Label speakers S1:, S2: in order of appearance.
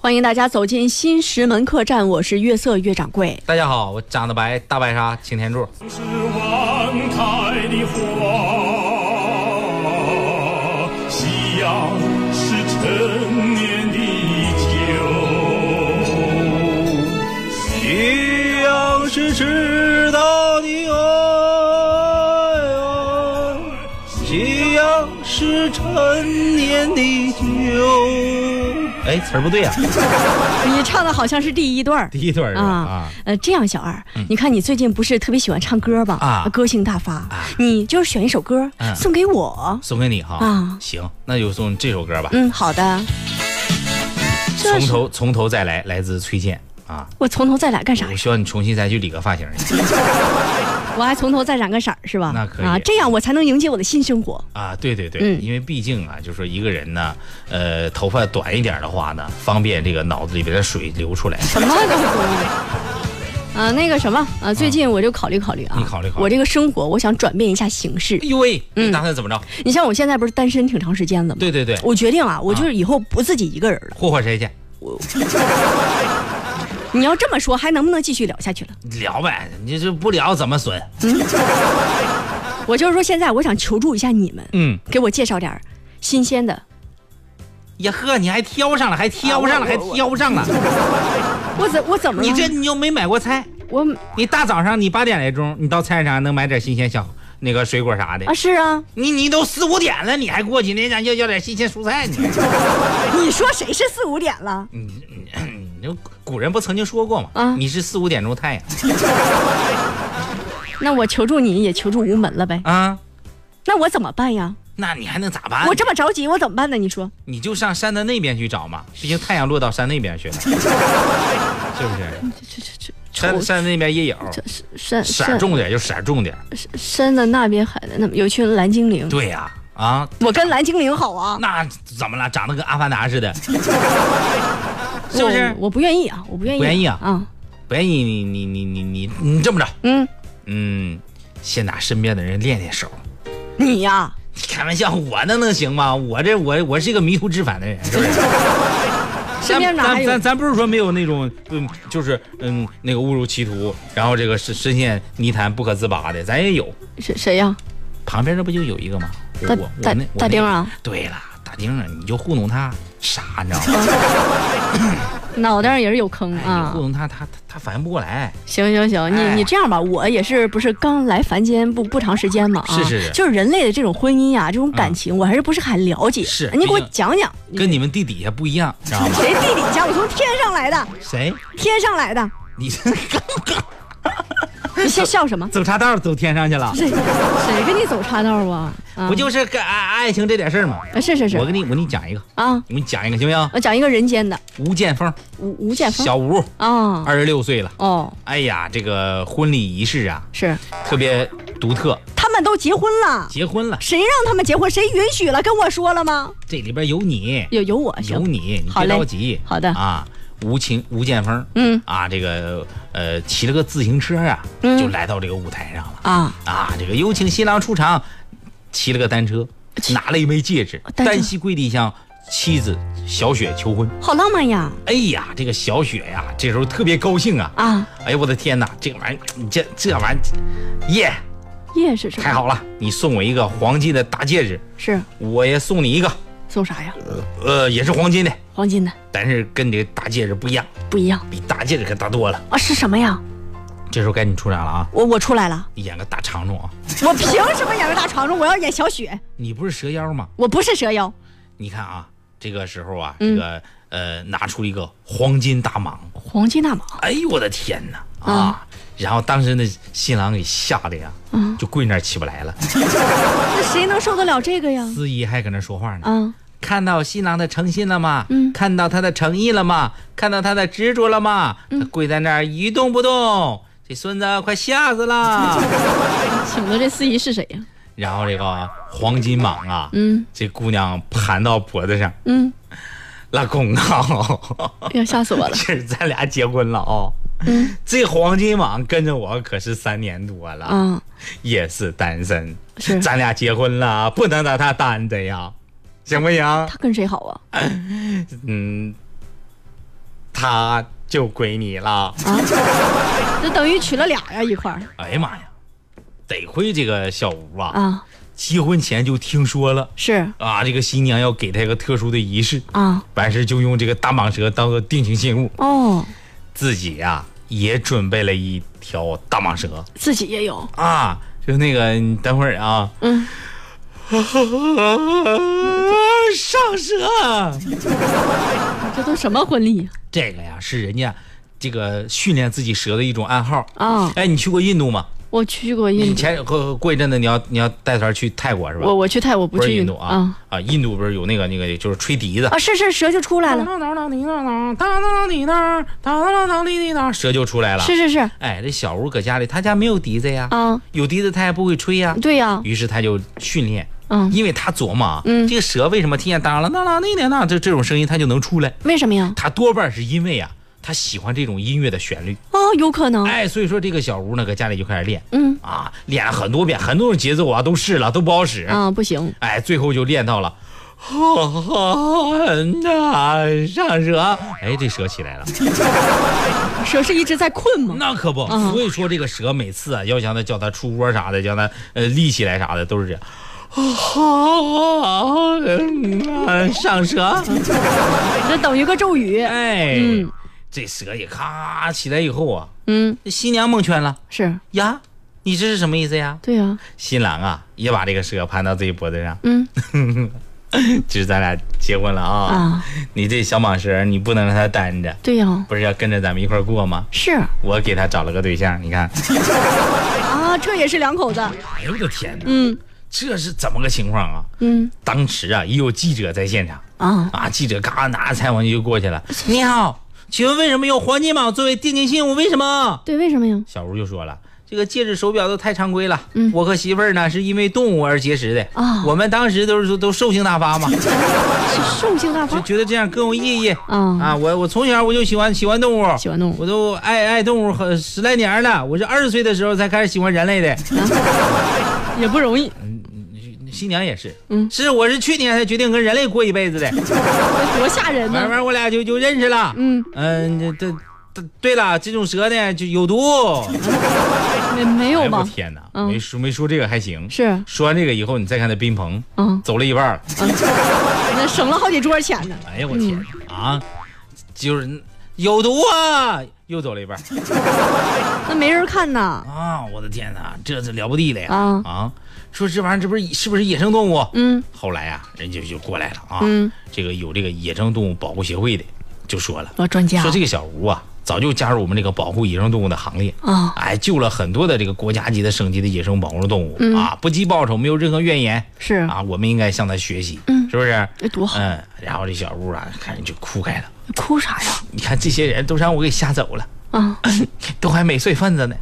S1: 欢迎大家走进新石门客栈，我是月色月掌柜。
S2: 大家好，我长得白，大白鲨，擎天柱。
S3: 是万开的花，夕阳是陈年的酒，
S4: 夕阳是知道的
S3: 哎
S4: 爱啊，夕阳是陈年的酒。哎，词儿不对啊，
S1: 你唱的好像是第一段儿
S2: 第一段儿是吧嗯
S1: 啊，呃，这样小二，你看你最近不是特别喜欢唱歌吧？
S2: 啊
S1: 歌性大发，你就是选一首歌
S2: 嗯
S1: 送给我。
S2: 送给你哈。
S1: 啊
S2: 行，那就送这首歌吧。
S1: 嗯，好的。这
S2: 从
S1: 是
S2: 头从头再来，来自崔健啊。
S1: 我从头再来干啥
S2: 我
S1: 呀？
S2: 需要你重新再去理个发型。
S1: 我还从头再染个色儿是吧？
S2: 那可以
S1: 啊，这样我才能迎接我的新生活。
S2: 啊，对对对，
S1: 嗯
S2: 因为毕竟啊，就说一个人呢，呃，头发短一点的话呢，方便这个脑子里边的水流出来。
S1: 什么都是 啊，那个什么啊，最近我就考虑考虑啊，
S2: 你考虑考虑
S1: 我这个生活，我想转变一下形式
S2: 哎。呦喂，
S1: 嗯
S2: 你打算怎么着？
S1: 你像我现在不是单身挺长时间了吗？
S2: 对对对，
S1: 我决定啊，我就是以后不自己一个人了。
S2: 霍霍谁去？
S1: 你要这么说，还能不能继续聊下去了？
S2: 聊呗，你这不聊怎么损？
S1: 我就是说，现在我想求助一下你们，
S2: 嗯，
S1: 给我介绍点儿新鲜的。
S2: 呀呵，你还挑上了，还挑上了，
S1: 啊
S2: 还挑上了。
S1: 我怎我怎么了？
S2: 你这你又没买过菜，
S1: 我
S2: 你大早上你八点来钟，你到菜市场能买点新鲜小那个水果啥的
S1: 啊。是啊，
S2: 你你都四五点了，你还过去那家要要点新鲜蔬 菜？你
S1: 你说谁是四五点了？
S2: 你就古人不曾经说过吗？
S1: 啊
S2: 你是四五点钟太阳
S1: 那我求助你也求助无门了呗？
S2: 啊，
S1: 那我怎么办呀？
S2: 那啊你还能咋办？
S1: 我这么着急，我怎么办呢？你说
S2: 你就上山的那边去找嘛，毕竟太阳落到山那边 去了，是不是？
S1: 这这这
S2: 山山那边也有，
S1: 山
S2: 色儿重点就色儿重点。
S1: 山的那边，海的那边，有群蓝精灵。
S2: 对呀、啊，
S1: 我跟蓝精灵好啊，
S2: 那怎么了？长得跟阿凡达 似的，是不是
S1: 我？我不愿意啊，我不愿意、
S2: 不愿意啊
S1: 啊，
S2: 不然你你你你你你你这么着，
S1: 嗯，
S2: 嗯，先拿身边的人练练手。
S1: 你呀、
S2: 开玩笑，我那能行吗？我这我我是一个迷途知返的人，是不是？
S1: 身边哪还
S2: 咱
S1: 有
S2: 咱？咱不是说没有那种，嗯，就是嗯那个误入歧途，然后这个深深陷泥潭不可自拔的，咱也有。
S1: 谁谁呀、
S2: 旁边那不就有一个吗？我
S1: 大
S2: 我我
S1: 大
S2: 那我
S1: 大
S2: 那
S1: 丁啊，
S2: 对了，大丁啊，你就糊弄他傻，你知道吗？
S1: 脑袋上也是有坑
S2: 哎你
S1: 啊
S2: 糊。弄他，他他他反应不过来。
S1: 行行行，你
S2: 哎
S1: 你这样吧，我也是不是刚来凡间不不长时间嘛啊？
S2: 是是是
S1: 就是人类的这种婚姻呀、这种感情，我还是不是很了解。
S2: 是
S1: 你给我
S2: 毕竟
S1: 讲讲。
S2: 跟你们地底下不一样，知道 吗？
S1: 谁地底下？我从天上来的，
S2: 谁？
S1: 天上来 的。
S2: 你
S1: 你先笑什么？
S2: 走岔道走天上去了？
S1: 谁谁跟你走岔道啊？啊
S2: 不就是个爱爱情这点事儿吗？
S1: 啊是是是
S2: 我给你我给你讲一个，
S1: 啊！
S2: 我给你讲一个行不行？
S1: 我讲一个人间的
S2: 吴建峰，
S1: 吴吴建峰
S2: 小吴，
S1: 啊
S2: 二十六岁了。
S1: 哦
S2: 哎呀，这个婚礼仪式啊，
S1: 是，
S2: 特别独特，
S1: 他们都结婚了，
S2: 结婚了，
S1: 谁让他们结婚？谁允许了？跟我说了吗？
S2: 这里边有你，
S1: 有有我
S2: 有
S1: 行，
S2: 你，你
S1: 好
S2: 别
S1: 嘞
S2: 着急。
S1: 好的
S2: 啊，吴琴吴建峰，
S1: 嗯
S2: 啊，这个呃，骑了个自行车啊，
S1: 嗯
S2: 就来到这个舞台上了
S1: 啊，
S2: 啊。这个有请新郎出场，骑了个单车，拿了一枚戒指，
S1: 单车
S2: 单膝跪地向妻子小雪求婚。
S1: 好浪漫呀
S2: 哎呀，这个小雪呀、这时候特别高兴啊。
S1: 啊！
S2: 哎呦我的天哪，这个玩意儿，你这这玩意儿，耶、
S1: 夜是什
S2: 太
S1: 么？
S2: 好了，你送我一个黄金的大戒指，
S1: 是
S2: 我也送你一个，
S1: 送啥呀？
S2: 呃，也是黄金的，
S1: 黄金的
S2: 但是跟你这大戒指不一样，
S1: 不一样
S2: 比大戒指可大多了。
S1: 啊？是什么呀？
S2: 这时候该你出场了啊，
S1: 我我出来了，
S2: 你演个大长虫啊！
S1: 我凭什么演个大床虫？我要演小雪，
S2: 你不是蛇妖吗？
S1: 我不是蛇妖。
S2: 你看啊，这个时候啊，
S1: 嗯
S2: 这个呃，拿出一个黄金大蟒，
S1: 黄金大蟒
S2: 哎呦我的天哪
S1: 嗯
S2: 啊！然后当时那新郎给吓得呀，
S1: 嗯
S2: 就跪那儿起不来了。
S1: 那谁能受得了这个呀？
S2: 司仪还搁那说话呢，
S1: 啊，
S2: 看到新郎的诚信了吗？
S1: 嗯
S2: 看到他的诚意了吗？看到他的执着了吗？
S1: 嗯
S2: 他跪在那儿一动不动，这孙子快吓 死了。
S1: 请的这司仪是谁呀？
S2: 然后这个黄金蟒啊，
S1: 嗯
S2: 这姑娘盘到脖子上，
S1: 嗯，
S2: 老公啊，
S1: 哎呀，吓 死我了！
S2: 这是咱俩结婚了啊、这黄金蟒跟着我可是三年多 了，
S1: 啊，
S2: 也是单身。
S1: 是
S2: 咱俩结婚了，不能让他单着呀，行不行？
S1: 他跟谁好啊？
S2: 嗯，
S5: 他就归你了。
S1: 这等于娶了俩呀一块儿
S2: 哎呀妈呀，得亏这个小吴啊，
S1: 啊，
S2: 结婚前就听说了
S1: 是
S2: 啊，这个新娘要给他一个特殊的仪式，
S1: 啊，
S2: 完事就用这个大蟒蛇当做定情信物，
S1: 哦，
S2: 自己呀、也准备了一条大蟒蛇
S1: 自己也有，
S2: 啊，就那个你等会儿啊，
S1: 嗯，
S2: 上蛇，
S1: 这都什么婚礼
S2: 这个呀是人家这个训练自己蛇的一种暗号。
S1: 啊？啊
S2: 哎，你去过印度吗？
S1: 我去过
S2: 你
S1: 印度，
S2: 前过过一阵子你要你要带团去泰国是吧？
S1: 我我去泰国不
S2: 不是
S1: 去
S2: 印度啊啊，印度不是有那个那个就是吹笛子
S1: 啊，，是是蛇就出来了，
S2: 蛇就出来了。
S1: 是是是
S2: 哎，这小吴搁家里，他家没有笛子呀，
S1: 啊，
S2: 有笛子他也不会吹呀。
S1: 对呀，
S2: 于是他就训练，
S1: 嗯，
S2: 因为他琢磨啊，
S1: 嗯
S2: 这个蛇为什么听见当啷当啷那那那这这种声音它就能出来？
S1: 为什么呀？
S2: 他多半是因为啊，他喜欢这种音乐的旋律。
S1: 啊，有可能，
S2: 哎，所以说这个小吴呢，搁家里就开始练
S1: 嗯，
S2: 啊，练了很多遍，很多种节奏啊都试了，都不好使。
S1: 啊，不行，
S2: 哎，最后就练到了。 那上蛇，哎，这蛇起来了，
S1: 蛇是一直在困 吗？
S2: 那可不。
S1: 嗯
S2: 所以说这个蛇每次啊，要想它叫它出窝啥的，叫它呃立起来啥的，都是这样。啊，上蛇，
S1: 这等于个咒语，
S2: 哎，
S1: 嗯
S2: 这蛇也咔起来以后啊，
S1: 嗯，
S2: 这新娘蒙圈了
S1: 是
S2: 呀，你这是什么意思呀？
S1: 对呀，
S2: 新郎啊，也把这个蛇盘到自己脖子上，
S1: 嗯
S2: 这是咱俩结婚了啊。
S1: 啊，
S2: 你这小蟒蛇，你不能让它单着。
S1: 对呀，
S2: 不是要跟着咱们一块儿过吗？
S1: 是
S2: 我给他找了个对象，你看，
S1: 啊，这也是两口子，
S2: 哎呦我的天哪，
S1: 嗯
S2: 这是怎么个情况啊？
S1: 嗯
S2: 当时啊，也有记者在现场
S1: 啊，
S2: 啊，记者嘎拿着采访器就过 去了。你好，请问为什么用黄金蟒作为定情信物？为什么？
S1: 对，为什么呀？
S2: 小吴就说了。这个戒指、手表都太常规了。
S1: 嗯
S2: 我和媳妇儿呢是因为动物而结识的。
S1: 啊
S2: 我们当时都是都兽性 大发嘛，
S1: 是兽性大
S2: 就
S1: 发
S2: 觉得这样更有意义
S1: 啊，
S2: 啊！我我从小我就喜欢喜欢动物，
S1: 喜欢动物
S2: 我都爱爱动物很十来年了，我是二十岁的时候才开始喜欢人类的。
S1: 也不容易，
S2: 新娘也是，
S1: 嗯
S2: 是我是去年才决定跟人类过一辈子的，
S1: 多吓人
S2: 慢
S1: 呢，
S2: 慢我俩就就认识了。
S1: 嗯，
S2: 嗯，这这对了，这种蛇呢就有毒。
S1: 没没
S2: 哎
S1: 有
S2: 呦我
S1: 吧？
S2: 天哪，
S1: 嗯
S2: 没说没说这个还行。
S1: 是，
S2: 说完这个以后，你再看那宾朋，
S1: 嗯，
S2: 走了一半儿，
S1: 那省了好几桌钱呢。
S2: 哎呀我
S1: 嗯
S2: 天啊，就是有毒啊，又走了一半儿
S1: 那没人看呐。
S2: 啊！我的天哪，这是了不地的呀
S1: 啊
S2: 啊！说这玩意儿这不是是不是野生动物？
S1: 嗯
S2: 后来啊，人家就过来了啊，
S1: 嗯，
S2: 这个有这个野生动物保护协会的就说了。
S1: 我啊专家
S2: 说这个小吴啊，早就加入我们这个保护野生动物的行列，
S1: 啊，
S2: 哎，救了很多的这个国家级的、省级的野生保护动物、
S1: 嗯
S2: 啊，不计报酬，没有任何怨言
S1: 是，
S2: 啊，我们应该向他学习，
S1: 嗯
S2: 是不是？
S1: 哎，多好，
S2: 嗯，然后这小吴啊，看人就哭开了，
S1: 哭啥呀？
S2: 你看这些人都让我给吓走了，
S1: 啊，
S2: 都还没睡份子呢，